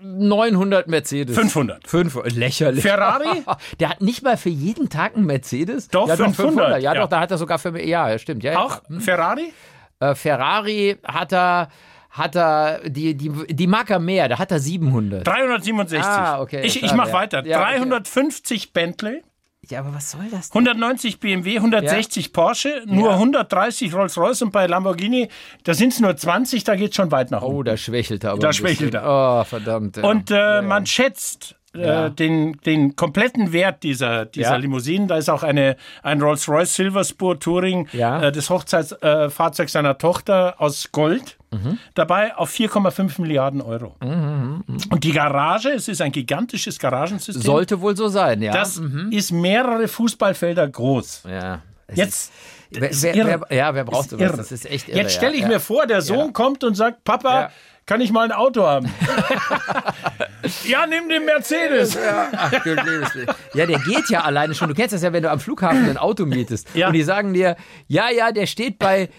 Speaker 2: 900 Mercedes.
Speaker 3: 500.
Speaker 2: 500, lächerlich.
Speaker 3: Ferrari?
Speaker 2: Der hat nicht mal für jeden Tag einen Mercedes.
Speaker 3: Doch,
Speaker 2: ja,
Speaker 3: 500,
Speaker 2: Ja,
Speaker 3: ja.
Speaker 2: doch, da hat er sogar für. Ja, ja, stimmt. Ja,
Speaker 3: Auch Ferrari?
Speaker 2: Ja. Äh, Ferrari hat er. Hat er die, die, die mag er mehr, da hat er 700.
Speaker 3: 367.
Speaker 2: Ah, okay,
Speaker 3: Ich, ich
Speaker 2: klar,
Speaker 3: mach
Speaker 2: ja.
Speaker 3: weiter.
Speaker 2: Ja, okay.
Speaker 3: 350 Bentley,
Speaker 2: Ja, aber was soll das?
Speaker 3: 190 BMW, 160 Porsche, nur 130 Rolls-Royce und bei Lamborghini, da sind es nur 20, da geht schon weit nach oben.
Speaker 2: Oh, da schwächelt er aber.
Speaker 3: Hm. Da
Speaker 2: ein bisschen.
Speaker 3: schwächelt
Speaker 2: Oh, verdammt. ja.
Speaker 3: Und äh, man schätzt äh, den, den kompletten Wert dieser, dieser
Speaker 2: Ja.
Speaker 3: Limousinen. Da ist auch eine, ein Rolls-Royce Silverspur Touring
Speaker 2: Ja.
Speaker 3: äh, des Hochzeitsfahrzeugs äh, Fahrzeugs seiner Tochter aus Gold
Speaker 2: Mhm.
Speaker 3: dabei auf 4,5 Milliarden Euro.
Speaker 2: mhm.
Speaker 3: Und die Garage, es ist ein gigantisches Garagensystem.
Speaker 2: Sollte wohl so sein, ja.
Speaker 3: das ist mehrere Fußballfelder groß.
Speaker 2: ja. Es
Speaker 3: Jetzt,
Speaker 2: Ist, wer,
Speaker 3: ist
Speaker 2: wer,
Speaker 3: irre.
Speaker 2: wer, ja, wer braucht
Speaker 3: Ist
Speaker 2: sowas?
Speaker 3: irre.
Speaker 2: Das ist echt irre.
Speaker 3: Jetzt stelle ich
Speaker 2: ja.
Speaker 3: mir vor, der Sohn kommt und sagt, Papa,
Speaker 2: Ja.
Speaker 3: kann ich mal ein Auto haben? ja, nimm den Mercedes.
Speaker 2: Ach, du liebes Leben. ja, der geht ja alleine schon. Du kennst das ja, wenn du am Flughafen ein Auto mietest
Speaker 3: Ja.
Speaker 2: und die sagen dir, ja, ja, der steht bei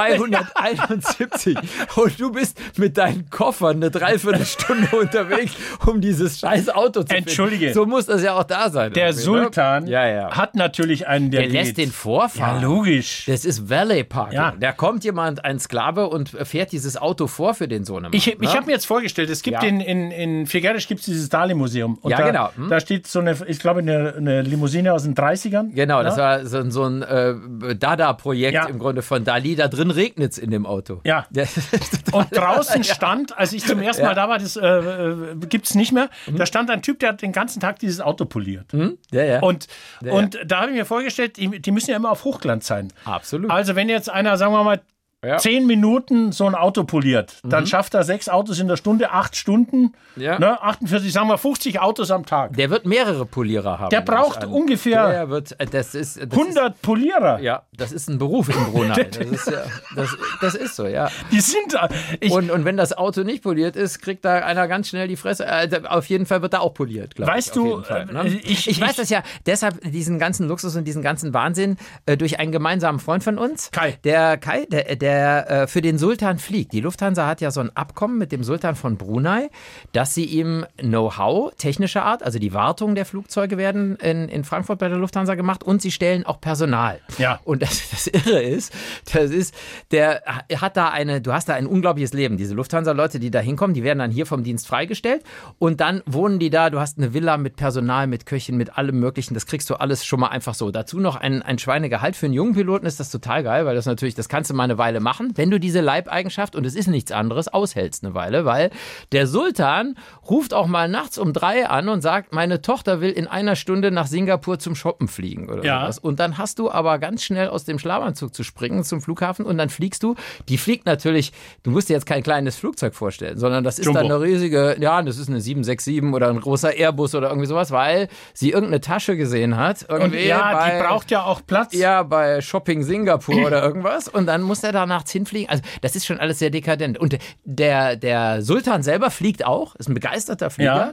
Speaker 2: G271 und du bist mit deinen Koffern eine Dreiviertelstunde unterwegs, um dieses scheiß Auto zu finden.
Speaker 3: Entschuldige.
Speaker 2: So muss das ja auch da sein.
Speaker 3: Der
Speaker 2: irgendwie, ne?
Speaker 3: Sultan
Speaker 2: Ja, ja.
Speaker 3: hat natürlich einen, der,
Speaker 2: Der lässt
Speaker 3: geht.
Speaker 2: den vorfahren.
Speaker 3: Ja, logisch.
Speaker 2: Das ist Valet Parking.
Speaker 3: Ja.
Speaker 2: Da kommt jemand, ein Sklave, und fährt dieses Auto vor für den Sohnemann.
Speaker 3: Ich, ich
Speaker 2: ne?
Speaker 3: habe mir jetzt vorgestellt, es gibt
Speaker 2: Ja.
Speaker 3: in, in, in Figarisch gibt es dieses Dali-Museum. Und
Speaker 2: Ja,
Speaker 3: da,
Speaker 2: genau. Hm.
Speaker 3: Da steht so eine, ich glaube, eine, eine Limousine aus den ne? 30ern.
Speaker 2: Genau, das
Speaker 3: ja?
Speaker 2: war so, ein- so ein äh, Dada-Projekt
Speaker 3: Ja.
Speaker 2: im Grunde von Dali. Da drin regnet es in dem Auto.
Speaker 3: Ja.
Speaker 2: Das ist total-
Speaker 3: Und draußen stand, als ich zum ersten Mal da war, das äh, äh, gibt es nicht mehr,
Speaker 2: Mhm.
Speaker 3: da stand ein Typ, der hat den ganzen Tag dieses Auto poliert.
Speaker 2: ja, Mhm. ja. Ah.
Speaker 3: Und, und da habe ich mir vorgestellt, die, die müssen ja immer auf Hochglanz sein.
Speaker 2: Absolut.
Speaker 3: Also wenn jetzt einer, sagen wir mal,
Speaker 2: Ja. Mhm.
Speaker 3: zehn Minuten so ein Auto poliert, dann schafft er sechs Autos in der Stunde, acht Stunden,
Speaker 2: Ja.
Speaker 3: ne, 48, sagen wir 50 Autos am Tag.
Speaker 2: der wird mehrere Polierer haben.
Speaker 3: Der
Speaker 2: nehme ich
Speaker 3: braucht
Speaker 2: an.
Speaker 3: ungefähr
Speaker 2: Der wird, äh, das ist, das
Speaker 3: 100 Polierer.
Speaker 2: Ist, ja, das ist ein Beruf in Brunei. Das ist, ja, das, das ist so, ja.
Speaker 3: Die sind da. Ich,
Speaker 2: Und, und wenn das Auto nicht poliert ist, kriegt da einer ganz schnell die Fresse. Äh, da- auf jeden Fall wird da auch poliert, glaube
Speaker 3: Weißt
Speaker 2: ich.
Speaker 3: du,
Speaker 2: auf jeden Fall,
Speaker 3: äh,
Speaker 2: ne?
Speaker 3: ich-
Speaker 2: ich,
Speaker 3: ich-
Speaker 2: weiß das ja. Deshalb diesen ganzen Luxus und diesen ganzen Wahnsinn äh, durch einen gemeinsamen Freund von uns.
Speaker 3: Kai.
Speaker 2: Der Kai, der, der äh, für den Sultan fliegt. Die Lufthansa hat ja so ein Abkommen mit dem Sultan von Brunei, dass sie ihm Know-how technischer Art, also die Wartung der Flugzeuge werden in, in Frankfurt bei der Lufthansa gemacht und sie stellen auch Personal.
Speaker 3: Ja.
Speaker 2: Und das, das Irre ist, das ist, der hat da eine, du hast da ein unglaubliches Leben. Diese Lufthansa-Leute, die da hinkommen, die werden dann hier vom Dienst freigestellt und dann wohnen die da. Du hast eine Villa mit Personal, mit Köchin, mit allem Möglichen. Das kriegst du alles schon mal einfach so. Dazu noch ein, ein Schweinegehalt für einen jungen Piloten ist das total geil, weil das natürlich, das kannst du mal eine Weile Weile machen, wenn du diese Leibeigenschaft, und es ist nichts anderes, aushältst eine Weile, weil der Sultan ruft auch mal nachts um drei an und sagt, meine Tochter will in einer Stunde nach Singapur zum Shoppen fliegen oder
Speaker 3: Ja.
Speaker 2: sowas. Und dann hast du aber ganz schnell aus dem Schlafanzug zu springen zum Flughafen und dann fliegst du. Die fliegt natürlich, du musst dir jetzt kein kleines Flugzeug vorstellen, sondern das ist
Speaker 3: Jumbo.
Speaker 2: dann eine riesige, ja, das ist eine 767 oder ein großer Airbus oder irgendwie sowas, weil sie irgendeine Tasche gesehen hat.
Speaker 3: Und
Speaker 2: Irgendwie
Speaker 3: ja,
Speaker 2: bei,
Speaker 3: die braucht ja auch Platz.
Speaker 2: ja, bei Shopping Singapur oder irgendwas. Und dann muss er da nachts hinfliegen. Also, das ist schon alles sehr dekadent. Und der, der Sultan selber fliegt auch, ist ein begeisterter Flieger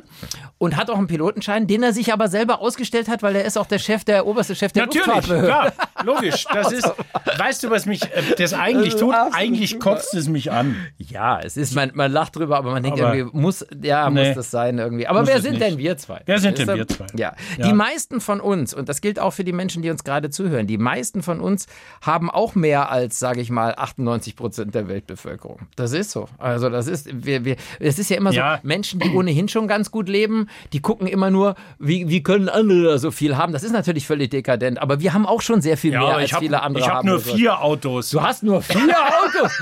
Speaker 2: und hat auch einen Pilotenschein, den er sich aber selber ausgestellt hat, weil er ist auch der Chef, der oberste Chef der
Speaker 3: Natürlich,
Speaker 2: Luftfahrtbehörde.
Speaker 3: klar, logisch. Das ist, weißt du, was mich äh, das eigentlich tut? Eigentlich kotzt es mich an.
Speaker 2: Ja, es ist, man, man lacht drüber, aber man denkt
Speaker 3: Aber-
Speaker 2: irgendwie, muss, ja,
Speaker 3: Nee.
Speaker 2: muss das sein irgendwie. Aber
Speaker 3: Muss
Speaker 2: wer
Speaker 3: es
Speaker 2: sind
Speaker 3: nicht.
Speaker 2: denn wir zwei?
Speaker 3: Wer sind
Speaker 2: Ist
Speaker 3: denn
Speaker 2: er-
Speaker 3: wir zwei?
Speaker 2: Ja.
Speaker 3: Ja.
Speaker 2: die meisten von uns, und das gilt auch für die Menschen, die uns gerade zuhören, die meisten von uns haben auch mehr als, sage ich mal, 98 Prozent der Weltbevölkerung. Das ist so. Also das ist, wir, wir, es ist ja immer
Speaker 3: Ja.
Speaker 2: so, Menschen, die ohnehin schon ganz gut leben, die gucken immer nur, wie, wie können andere da so viel haben. Das ist natürlich völlig dekadent, aber wir haben auch schon sehr viel mehr
Speaker 3: aber
Speaker 2: als
Speaker 3: ich habe
Speaker 2: viele andere
Speaker 3: hab
Speaker 2: haben.
Speaker 3: nur
Speaker 2: oder so.
Speaker 3: vier Autos.
Speaker 2: Du hast nur vier Autos.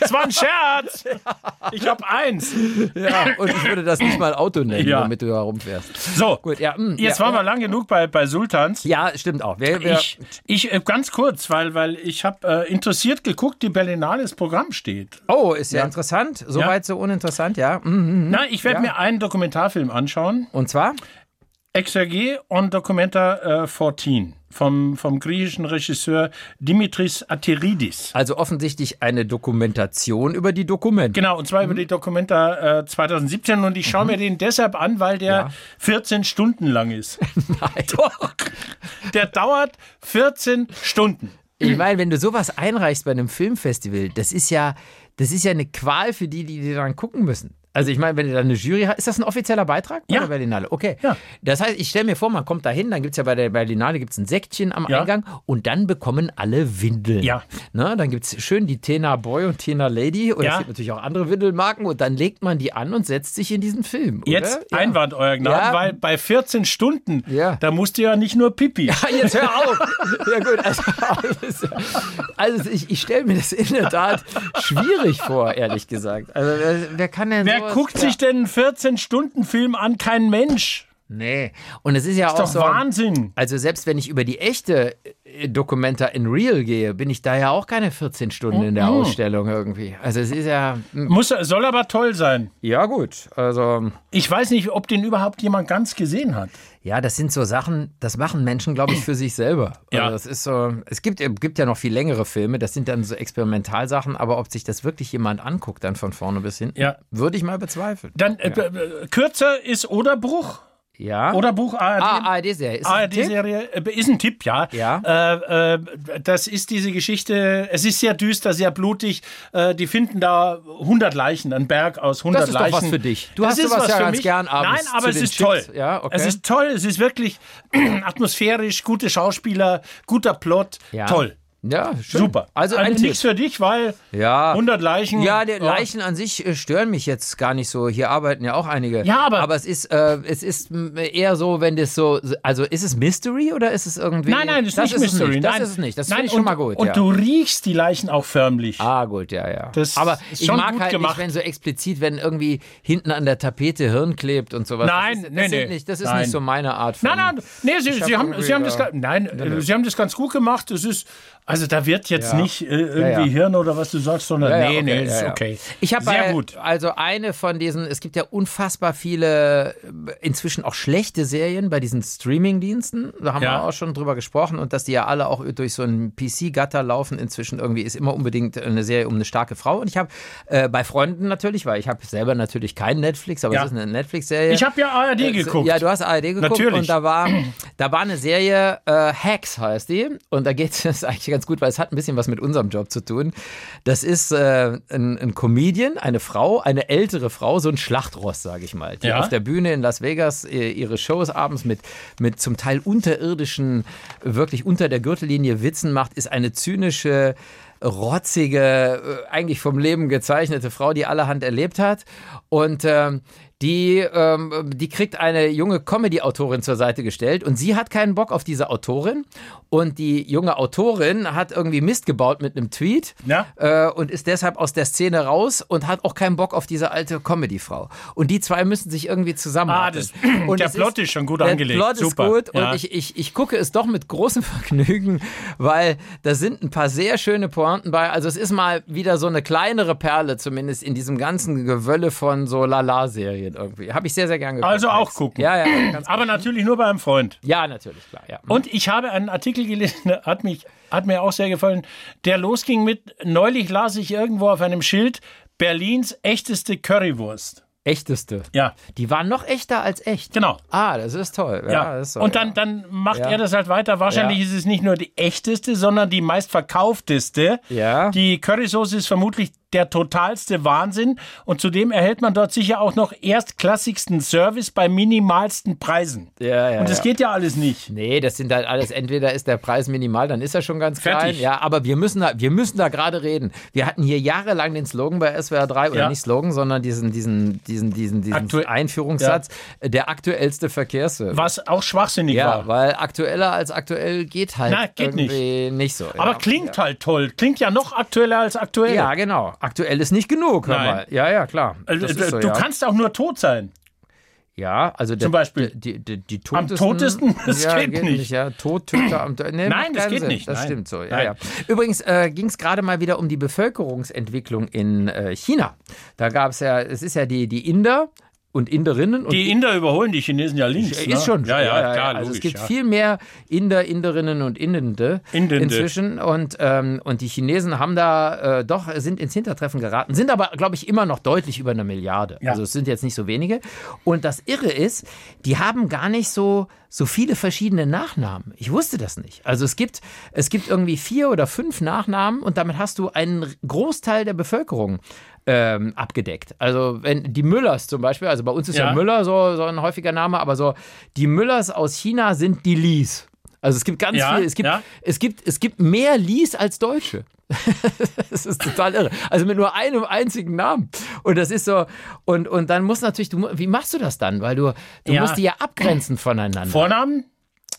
Speaker 3: Das war ein Scherz. Ich habe eins.
Speaker 2: Ja, und ich würde das nicht mal Auto nennen,
Speaker 3: Ja.
Speaker 2: womit du da rumfährst.
Speaker 3: So,
Speaker 2: Gut, ja, mm,
Speaker 3: jetzt
Speaker 2: ja,
Speaker 3: waren
Speaker 2: ja.
Speaker 3: wir lang genug bei, bei Sultans.
Speaker 2: Ja, stimmt auch. Wer, wer,
Speaker 3: Ich, ich äh, ganz kurz, weil, weil ich habe äh, interessiert geguckt, die Berlinale das Programm steht.
Speaker 2: oh, ist ja, interessant.
Speaker 3: Ja.
Speaker 2: Soweit so uninteressant, ja. Mhm.
Speaker 3: Na, ich werde mir einen Dokumentarfilm anschauen.
Speaker 2: Und zwar?
Speaker 3: Exerge on Documenta äh, 14 vom, vom griechischen Regisseur Dimitris Ateridis.
Speaker 2: Also offensichtlich eine Dokumentation über die Dokumente.
Speaker 3: Genau, und zwar über die Documenta äh, 2017 und ich
Speaker 2: Mhm.
Speaker 3: schaue mir den deshalb an, weil der 14 Stunden lang ist.
Speaker 2: Nein. Doch.
Speaker 3: Der dauert 14 Stunden.
Speaker 2: Ich meine, wenn du sowas einreichst bei einem Filmfestival, das ist ja, das ist ja eine Qual für die, die, die daran gucken müssen. Also ich meine, wenn du da eine Jury hast, ist das ein offizieller Beitrag bei
Speaker 3: Ja.
Speaker 2: der Berlinale? Okay.
Speaker 3: Ja.
Speaker 2: Das heißt, ich stelle mir vor, man kommt da hin, dann gibt es ja bei der Berlinale gibt's ein Säckchen am
Speaker 3: Ja.
Speaker 2: Eingang und dann bekommen alle Windeln.
Speaker 3: Ja.
Speaker 2: Ne, dann gibt es schön die Tena Boy und Tena Lady und
Speaker 3: Ja.
Speaker 2: es gibt natürlich auch andere Windelmarken und dann legt man die an und setzt sich in diesen Film.
Speaker 3: Jetzt
Speaker 2: oder? Ja.
Speaker 3: Einwand, euer Gnaden,
Speaker 2: Ja.
Speaker 3: weil bei 14 Stunden,
Speaker 2: Ja.
Speaker 3: da musst du ja nicht nur Pipi.
Speaker 2: Ah, Jetzt hör auf. Ja gut, also, also, also ich, ich stelle mir das in der Tat schwierig vor, ehrlich gesagt. Also wer, wer kann denn
Speaker 3: Wer
Speaker 2: sowas?
Speaker 3: guckt sich denn einen 14-Stunden-Film an? Kein Mensch.
Speaker 2: Nee. Und es ist ja auch
Speaker 3: Doch
Speaker 2: so.
Speaker 3: Wahnsinn.
Speaker 2: Also selbst wenn ich über die echte äh, Documenta in Real gehe, bin ich da ja auch keine 14 Stunden in der
Speaker 3: Mhm.
Speaker 2: Ausstellung irgendwie. Also es ist ja
Speaker 3: Muss, soll aber toll sein.
Speaker 2: ja gut. Also
Speaker 3: Ich weiß nicht, ob den überhaupt jemand ganz gesehen hat.
Speaker 2: Ja, das sind so Sachen, das machen Menschen, glaube ich, für sich selber.
Speaker 3: Ja.
Speaker 2: Also das ist so, es gibt, gibt ja noch viel längere Filme, das sind dann so Experimentalsachen, aber ob sich das wirklich jemand anguckt, dann von vorne bis hinten,
Speaker 3: Ja.
Speaker 2: würde ich mal bezweifeln.
Speaker 3: Dann äh, äh, kürzer ist Oderbruch.
Speaker 2: Ja.
Speaker 3: Oderbruch ARD.
Speaker 2: ah, ARD-Serie. Ist das ein Tipp?
Speaker 3: ARD-Serie äh, ist ein Tipp, ja.
Speaker 2: Ja.
Speaker 3: Äh, äh, das ist diese Geschichte, es ist sehr düster, sehr blutig. Äh, die finden da 100 Leichen, einen Berg aus 100
Speaker 2: Das ist doch
Speaker 3: Leichen.
Speaker 2: was für dich. Du
Speaker 3: das
Speaker 2: hast
Speaker 3: ist
Speaker 2: sowas
Speaker 3: was
Speaker 2: ja
Speaker 3: für
Speaker 2: ganz
Speaker 3: mich.
Speaker 2: gern abends
Speaker 3: Nein, aber
Speaker 2: zu
Speaker 3: es
Speaker 2: den
Speaker 3: ist
Speaker 2: Chips.
Speaker 3: toll.
Speaker 2: Ja, okay.
Speaker 3: Es ist toll, es ist wirklich atmosphärisch, gute Schauspieler, guter Plot,
Speaker 2: Ja.
Speaker 3: toll.
Speaker 2: Ja, schön.
Speaker 3: Super.
Speaker 2: Also ein Tipp.
Speaker 3: nichts für dich, weil
Speaker 2: Ja.
Speaker 3: 100 Leichen.
Speaker 2: Ja, die Leichen an sich äh, stören mich jetzt gar nicht so. Hier arbeiten ja auch einige.
Speaker 3: Ja, aber-
Speaker 2: aber es ist äh, es ist m, eher so, wenn das so also ist es Mystery oder ist es irgendwie
Speaker 3: Oh. Nein, nein, das ist nicht
Speaker 2: es
Speaker 3: Mystery.
Speaker 2: Das
Speaker 3: nein.
Speaker 2: ist es nicht. Das
Speaker 3: Nein,
Speaker 2: finde ich
Speaker 3: und,
Speaker 2: schon mal gut.
Speaker 3: Und
Speaker 2: ja.
Speaker 3: du riechst die Leichen auch förmlich.
Speaker 2: Ah, gut, ja, ja.
Speaker 3: Das
Speaker 2: Aber
Speaker 3: ist
Speaker 2: ich
Speaker 3: schon
Speaker 2: mag
Speaker 3: gut
Speaker 2: halt
Speaker 3: gemacht.
Speaker 2: nicht, wenn so explizit, wenn irgendwie hinten an der Tapete Hirn klebt und sowas.
Speaker 3: Nein,
Speaker 2: das ist,
Speaker 3: nee,
Speaker 2: das sind
Speaker 3: nee.
Speaker 2: Nicht, das ist
Speaker 3: Nein.
Speaker 2: nicht so meine Art von.
Speaker 3: Nein, nein, nee, Sie,
Speaker 2: Ich hab
Speaker 3: Sie, haben,
Speaker 2: irgendwie
Speaker 3: Sie, haben
Speaker 2: da-
Speaker 3: das, ga- nein, äh, Sie haben das ganz gut gemacht. Es ist, also da wird jetzt
Speaker 2: Ja.
Speaker 3: nicht äh, irgendwie
Speaker 2: ja.
Speaker 3: Hirn oder was du sagst, sondern
Speaker 2: Ja, ja,
Speaker 3: nee,
Speaker 2: okay,
Speaker 3: nee,
Speaker 2: ja,
Speaker 3: ist
Speaker 2: ja.
Speaker 3: okay.
Speaker 2: Ich habe
Speaker 3: Sehr
Speaker 2: bei-
Speaker 3: gut.
Speaker 2: also eine von diesen, es gibt ja unfassbar viele äh, inzwischen auch schlechte Serien bei diesen Streaming-Diensten. Da haben
Speaker 3: Ja.
Speaker 2: wir auch schon drüber gesprochen und dass die ja alle auch durch so einen PC-Gatter laufen inzwischen irgendwie ist immer unbedingt eine Serie um eine starke Frau. Und ich habe äh, bei Freunden natürlich, weil ich habe selber natürlich kein Netflix, aber
Speaker 3: Ja.
Speaker 2: es ist eine Netflix-Serie.
Speaker 3: Ich habe ja ARD
Speaker 2: Äh, so-
Speaker 3: geguckt.
Speaker 2: Ja, du hast ARD geguckt
Speaker 3: Natürlich.
Speaker 2: und da war, da war eine Serie, äh, Hacks heißt die. Und da geht es eigentlich ganz gut, weil es hat ein bisschen was mit unserem Job zu tun. Das ist äh, ein, ein Comedian, eine Frau, eine ältere Frau, so ein Schlachtross, sage ich mal, die
Speaker 3: Ja.
Speaker 2: auf der Bühne in Las Vegas äh, ihre Shows abends mit, mit zum Teil unterirdischen, wirklich unter der Gürtellinie Witzen macht, ist eine zynische rotzige, äh, eigentlich vom Leben gezeichnete Frau, die allerhand erlebt hat. Und ähm, die, ähm, die kriegt eine junge Comedy-Autorin zur Seite gestellt und sie hat keinen Bock auf diese Autorin und die junge Autorin hat irgendwie Mist gebaut mit einem Tweet
Speaker 3: Ja.
Speaker 2: äh, und ist deshalb aus der Szene raus und hat auch keinen Bock auf diese alte Comedy-Frau. Und die zwei müssen sich irgendwie
Speaker 3: Ah,
Speaker 2: zusammenarbeiten.
Speaker 3: das, der
Speaker 2: es
Speaker 3: Plot ist, schon gut
Speaker 2: der
Speaker 3: angelegt.
Speaker 2: Plot
Speaker 3: Super.
Speaker 2: ist gut
Speaker 3: ja.
Speaker 2: und ich, ich, ich gucke es doch mit großem Vergnügen, weil da sind ein paar sehr schöne Pointen bei. Also es ist mal wieder so eine kleinere Perle, zumindest in diesem ganzen Gewölle von so Lala-Serien irgendwie. Habe ich sehr, sehr gern geguckt.
Speaker 3: Also auch gucken.
Speaker 2: Ja, ja, ganz,
Speaker 3: Aber natürlich nur bei einem Freund.
Speaker 2: ja, natürlich, klar. Ja.
Speaker 3: Und ich habe einen Artikel gelesen, der hat, mich, hat mir auch sehr gefallen, der losging mit, neulich las ich irgendwo auf einem Schild, Berlins echteste Currywurst.
Speaker 2: Echteste.
Speaker 3: Ja,
Speaker 2: Die waren noch echter als echt.
Speaker 3: genau.
Speaker 2: Ah, das ist toll. Ja,
Speaker 3: Ja.
Speaker 2: Das ist toll.
Speaker 3: und dann, dann macht
Speaker 2: Ja.
Speaker 3: er das halt weiter. Wahrscheinlich
Speaker 2: Ja.
Speaker 3: ist es nicht nur die echteste, sondern die meistverkaufteste.
Speaker 2: Ja.
Speaker 3: Die Currysoße ist vermutlich der totalste Wahnsinn. Und zudem erhält man dort sicher auch noch erstklassigsten Service bei minimalsten Preisen.
Speaker 2: Ja, ja,
Speaker 3: und das
Speaker 2: ja.
Speaker 3: geht ja alles nicht.
Speaker 2: Nee, das sind halt alles, entweder ist der Preis minimal, dann ist er schon ganz klein.
Speaker 3: Fertig.
Speaker 2: Ja, aber wir müssen da, wir müssen da gerade reden. Wir hatten hier jahrelang den Slogan bei SWR 3, oder
Speaker 3: Ja.
Speaker 2: nicht Slogan, sondern diesen, diesen, diesen, diesen, diesen
Speaker 3: Aktu-
Speaker 2: Einführungssatz, äh, der aktuellste Verkehrsservice.
Speaker 3: Was auch schwachsinnig
Speaker 2: Ja,
Speaker 3: war.
Speaker 2: weil aktueller als aktuell geht halt
Speaker 3: Na, geht nicht.
Speaker 2: irgendwie nicht, so.
Speaker 3: Aber
Speaker 2: ja.
Speaker 3: klingt halt toll. Klingt ja noch aktueller als aktuell.
Speaker 2: Ja, genau. Aktuell ist nicht genug, hör
Speaker 3: Nein.
Speaker 2: mal. Ja, ja, klar.
Speaker 3: Also,
Speaker 2: Das ist so,
Speaker 3: du
Speaker 2: ja.
Speaker 3: kannst auch nur tot sein.
Speaker 2: Ja, also der,
Speaker 3: Zum Beispiel.
Speaker 2: Die, die, die
Speaker 3: Am
Speaker 2: totesten,
Speaker 3: totesten, das
Speaker 2: ja,
Speaker 3: geht nicht.
Speaker 2: Ja, tot, Töter am Tö- nee, macht
Speaker 3: das
Speaker 2: keinen
Speaker 3: geht
Speaker 2: Sinn.
Speaker 3: nicht,
Speaker 2: Das
Speaker 3: nein.
Speaker 2: stimmt so. Ja,
Speaker 3: Nein.
Speaker 2: ja. Übrigens äh, ging es gerade mal wieder um die Bevölkerungsentwicklung in äh, China. Da gab es ja, es ist ja die, die Inder und Inderinnen. Und
Speaker 3: Die Inder überholen die Chinesen ja links.
Speaker 2: ist
Speaker 3: ne?
Speaker 2: schon.
Speaker 3: Ja, ja, klar,
Speaker 2: Also
Speaker 3: logisch.
Speaker 2: es gibt
Speaker 3: ja.
Speaker 2: viel mehr Inder, Inderinnen und Indende
Speaker 3: Indende.
Speaker 2: inzwischen. Und, ähm, und die Chinesen haben da äh, doch, sind ins Hintertreffen geraten, sind aber, glaube ich, immer noch deutlich über eine Milliarde.
Speaker 3: Ja.
Speaker 2: Also es sind jetzt nicht so wenige. Und das Irre ist, die haben gar nicht so, so viele verschiedene Nachnamen. Ich wusste das nicht. Also es gibt, es gibt irgendwie vier oder fünf Nachnamen und damit hast du einen Großteil der Bevölkerung. Ähm, abgedeckt. Also wenn die Müllers zum Beispiel, also bei uns ist ja,
Speaker 3: Ja.
Speaker 2: Müller. Müller, so, so ein häufiger Name, aber so die Müllers aus China sind die Lees. Also es gibt ganz
Speaker 3: Ja,
Speaker 2: viel, es gibt,
Speaker 3: ja.
Speaker 2: es gibt, es gibt mehr Lees als Deutsche. das ist total irre. Also mit nur einem einzigen Namen. Und das ist so, und, und dann muss natürlich, du, mu- wie machst du das dann? Weil du, du
Speaker 3: Ja.
Speaker 2: musst die ja abgrenzen voneinander.
Speaker 3: Vornamen?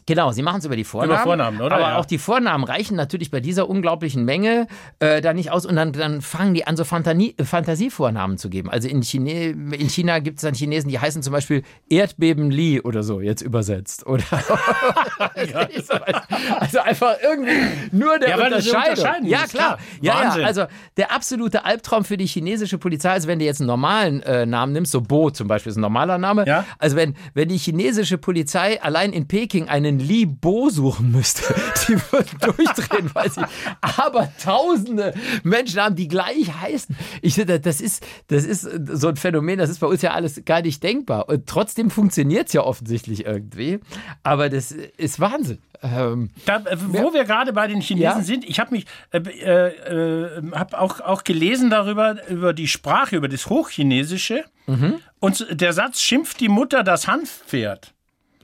Speaker 2: Genau, sie machen es über die Vornamen.
Speaker 3: Vornamen, oder?
Speaker 2: Aber
Speaker 3: Ja.
Speaker 2: auch die Vornamen reichen natürlich bei dieser unglaublichen Menge äh, da nicht aus und dann, dann fangen die an, so Fantani Fantasievornamen zu geben. Also in, Chine in China gibt es dann Chinesen, die heißen zum Beispiel Erdbeben Li oder so, jetzt übersetzt. Oder also einfach irgendwie nur der
Speaker 3: Ja, weil das sie
Speaker 2: Unterscheidung.
Speaker 3: unterscheiden,
Speaker 2: ja,
Speaker 3: ist
Speaker 2: klar.
Speaker 3: klar.
Speaker 2: Ja,
Speaker 3: Wahnsinn.
Speaker 2: ja, also der absolute Albtraum für die chinesische Polizei ist, wenn du jetzt einen normalen äh, Namen nimmst, so Bo zum Beispiel ist ein normaler Name.
Speaker 3: Ja.
Speaker 2: Also wenn, wenn die chinesische Polizei allein in Peking einen Li Bo suchen müsste, die würden durchdrehen, weil sie aber tausende Menschen haben, die gleich heißen. Ich finde, das ist, das ist so ein Phänomen, das ist bei uns ja alles gar nicht denkbar. Und trotzdem funktioniert es ja offensichtlich irgendwie. Aber das ist Wahnsinn. Ähm,
Speaker 3: Da, äh, wo wir gerade bei den Chinesen
Speaker 2: Ja.
Speaker 3: sind, ich habe mich äh, äh, äh, hab auch, auch gelesen darüber, über die Sprache, über das Hochchinesische.
Speaker 2: Mhm.
Speaker 3: Und so- der Satz schimpft die Mutter das Hanfpferd.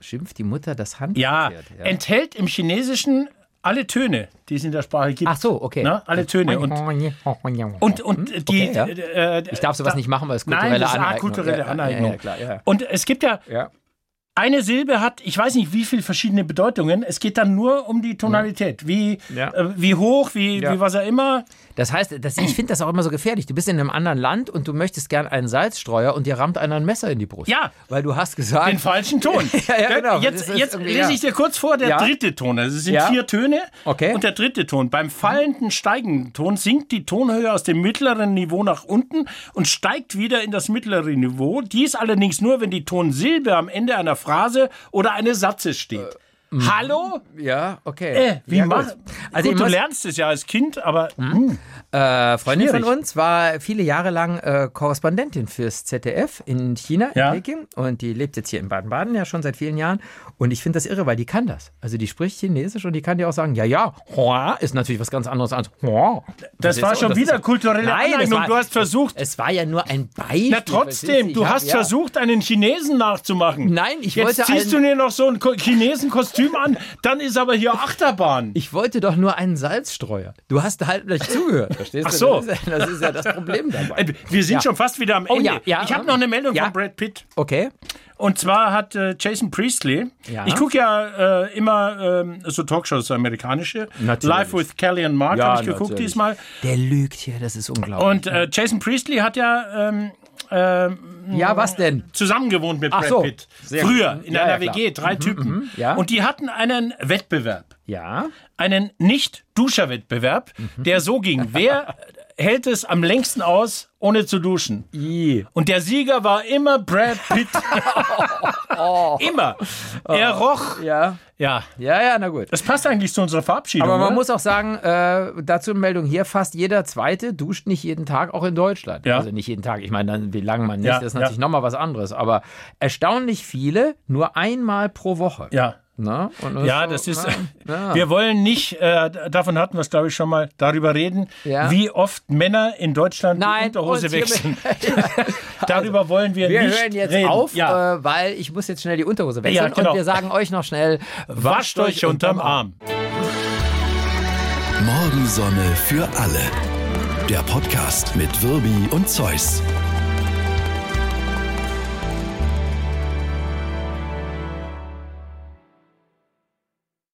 Speaker 2: schimpft die Mutter das Hand?
Speaker 3: Ja, enthält im Chinesischen alle Töne, die es in der Sprache gibt.
Speaker 2: Ach so, okay. Mhm.
Speaker 3: Na, alle Töne. ne, Und, und, und die,
Speaker 2: okay, ja.
Speaker 3: äh, äh,
Speaker 2: ich darf sowas
Speaker 3: da-
Speaker 2: nicht machen, weil es kulturelle
Speaker 3: Nein, das ist eine
Speaker 2: Aneignung.
Speaker 3: kulturelle Aneignung.
Speaker 2: Ja, ja, klar, ja.
Speaker 3: Und es gibt ja,
Speaker 2: ja.
Speaker 3: eine Silbe hat, ich weiß nicht, wie viele verschiedene Bedeutungen. Es geht dann nur um die Tonalität. Wie,
Speaker 2: Ja.
Speaker 3: äh, wie hoch, wie,
Speaker 2: Ja.
Speaker 3: wie was auch immer.
Speaker 2: Das heißt, das, ich finde das auch immer so gefährlich. Du bist in einem anderen Land und du möchtest gern einen Salzstreuer und dir rammt einer ein Messer in die Brust.
Speaker 3: Ja.
Speaker 2: Weil du hast gesagt,
Speaker 3: Den falschen Ton.
Speaker 2: Ja, ja, genau. Das
Speaker 3: Jetzt,
Speaker 2: ist
Speaker 3: jetzt
Speaker 2: irgendwie,
Speaker 3: lese
Speaker 2: ja.
Speaker 3: ich dir kurz vor, der
Speaker 2: Ja.
Speaker 3: dritte Ton. Also es sind
Speaker 2: Ja.
Speaker 3: vier Töne.
Speaker 2: Okay.
Speaker 3: Und der dritte Ton. Beim fallenden, steigenden Ton sinkt die Tonhöhe aus dem mittleren Niveau nach unten und steigt wieder in das mittlere Niveau. Dies allerdings nur, wenn die Tonsilbe am Ende einer Phrase oder eines Satzes steht. Hallo?
Speaker 2: ja, okay.
Speaker 3: Äh, wie
Speaker 2: Äh, mhm. ja, gut.
Speaker 3: mach?
Speaker 2: Also
Speaker 3: gut,
Speaker 2: ich
Speaker 3: du
Speaker 2: muss, Hm?
Speaker 3: lernst es ja als Kind, aber
Speaker 2: äh, Freundin von
Speaker 3: Schwierig.
Speaker 2: uns war viele Jahre lang äh, Korrespondentin fürs ZDF in China,
Speaker 3: Ja.
Speaker 2: in Peking. Und die lebt jetzt hier in Baden-Baden ja schon seit vielen Jahren. Und ich finde das irre, weil die kann das. Also die spricht Chinesisch und die kann dir auch sagen, ja, ja, Hua ist natürlich was ganz anderes als Hua.
Speaker 3: Das
Speaker 2: Verstehst
Speaker 3: war
Speaker 2: du?
Speaker 3: schon
Speaker 2: Und das
Speaker 3: wieder
Speaker 2: ist-
Speaker 3: kulturelle
Speaker 2: Nein, das
Speaker 3: Aneignung.
Speaker 2: war-
Speaker 3: Du hast versucht.
Speaker 2: Es war ja nur ein Beispiel.
Speaker 3: Na trotzdem,
Speaker 2: verstehst
Speaker 3: du
Speaker 2: Ich hab-
Speaker 3: hast
Speaker 2: ja.
Speaker 3: versucht, einen Chinesen nachzumachen.
Speaker 2: Nein, ich
Speaker 3: Jetzt
Speaker 2: wollte
Speaker 3: ziehst du
Speaker 2: einen-
Speaker 3: dir noch so ein Ko- Chinesenkostüm an, dann ist aber hier Achterbahn.
Speaker 2: Ich wollte doch nur einen Salzstreuer. Du hast halt nicht zugehört. Verstehst
Speaker 3: Ach so.
Speaker 2: du? Das ist, ja- das ist ja das Problem dabei.
Speaker 3: Äh, Wir sind
Speaker 2: Ja.
Speaker 3: schon fast wieder am Ende.
Speaker 2: ja, ja,
Speaker 3: ich habe
Speaker 2: ähm,
Speaker 3: noch eine Meldung
Speaker 2: ja.
Speaker 3: von Brad Pitt.
Speaker 2: Okay.
Speaker 3: Und zwar hat äh, Jason Priestley,
Speaker 2: Ja.
Speaker 3: ich gucke ja äh, immer ähm, so Talkshows, so amerikanische,
Speaker 2: Natürlich.
Speaker 3: Live with Kelly and Mark
Speaker 2: Ja,
Speaker 3: habe ich geguckt
Speaker 2: natürlich.
Speaker 3: diesmal.
Speaker 2: Der lügt hier, das ist unglaublich.
Speaker 3: Und äh, Jason Priestley hat ja ähm, ähm,
Speaker 2: ja, was denn?
Speaker 3: zusammengewohnt mit
Speaker 2: Ach
Speaker 3: Brad
Speaker 2: so.
Speaker 3: Pitt.
Speaker 2: Sehr
Speaker 3: Früher
Speaker 2: gut.
Speaker 3: in
Speaker 2: Ja,
Speaker 3: einer
Speaker 2: ja, klar. Mhm,
Speaker 3: WG, drei Typen.
Speaker 2: ja.
Speaker 3: Und die hatten einen Wettbewerb,
Speaker 2: Ja.
Speaker 3: einen Nicht-Duscher-Wettbewerb, der so ging. Wer hält es am längsten aus, ohne zu duschen?
Speaker 2: I.
Speaker 3: Und der Sieger war immer Brad Pitt. immer. Er
Speaker 2: Oh.
Speaker 3: roch.
Speaker 2: Ja.
Speaker 3: Ja,
Speaker 2: Ja, ja, na gut.
Speaker 3: das passt eigentlich zu unserer Verabschiedung.
Speaker 2: Aber man
Speaker 3: oder?
Speaker 2: muss auch sagen, äh, dazu eine Meldung hier, fast jeder Zweite duscht nicht jeden Tag, auch in Deutschland.
Speaker 3: Ja.
Speaker 2: Also nicht jeden Tag, ich meine, dann, wie lange man nicht,
Speaker 3: Ja,
Speaker 2: das ist
Speaker 3: ja.
Speaker 2: natürlich nochmal was anderes. Aber erstaunlich viele, nur einmal pro Woche.
Speaker 3: ja.
Speaker 2: Ne? Und
Speaker 3: Ja,
Speaker 2: so,
Speaker 3: das ist.
Speaker 2: na, ja.
Speaker 3: Wir wollen nicht, äh, davon hatten wir es, glaube ich, schon mal, darüber reden,
Speaker 2: Ja.
Speaker 3: wie oft Männer in Deutschland die
Speaker 2: Nein,
Speaker 3: Unterhose
Speaker 2: und hiermit-
Speaker 3: wechseln. darüber wollen wir,
Speaker 2: Wir
Speaker 3: nicht
Speaker 2: hören jetzt
Speaker 3: reden.
Speaker 2: auf,
Speaker 3: Ja.
Speaker 2: äh, weil ich muss jetzt schnell die Unterhose wechseln.
Speaker 3: Ja, genau.
Speaker 2: Und wir sagen euch noch schnell,
Speaker 3: Wascht euch unterm Arm.
Speaker 1: Morgensonne für alle. Der Podcast mit Wirbi und Zeus.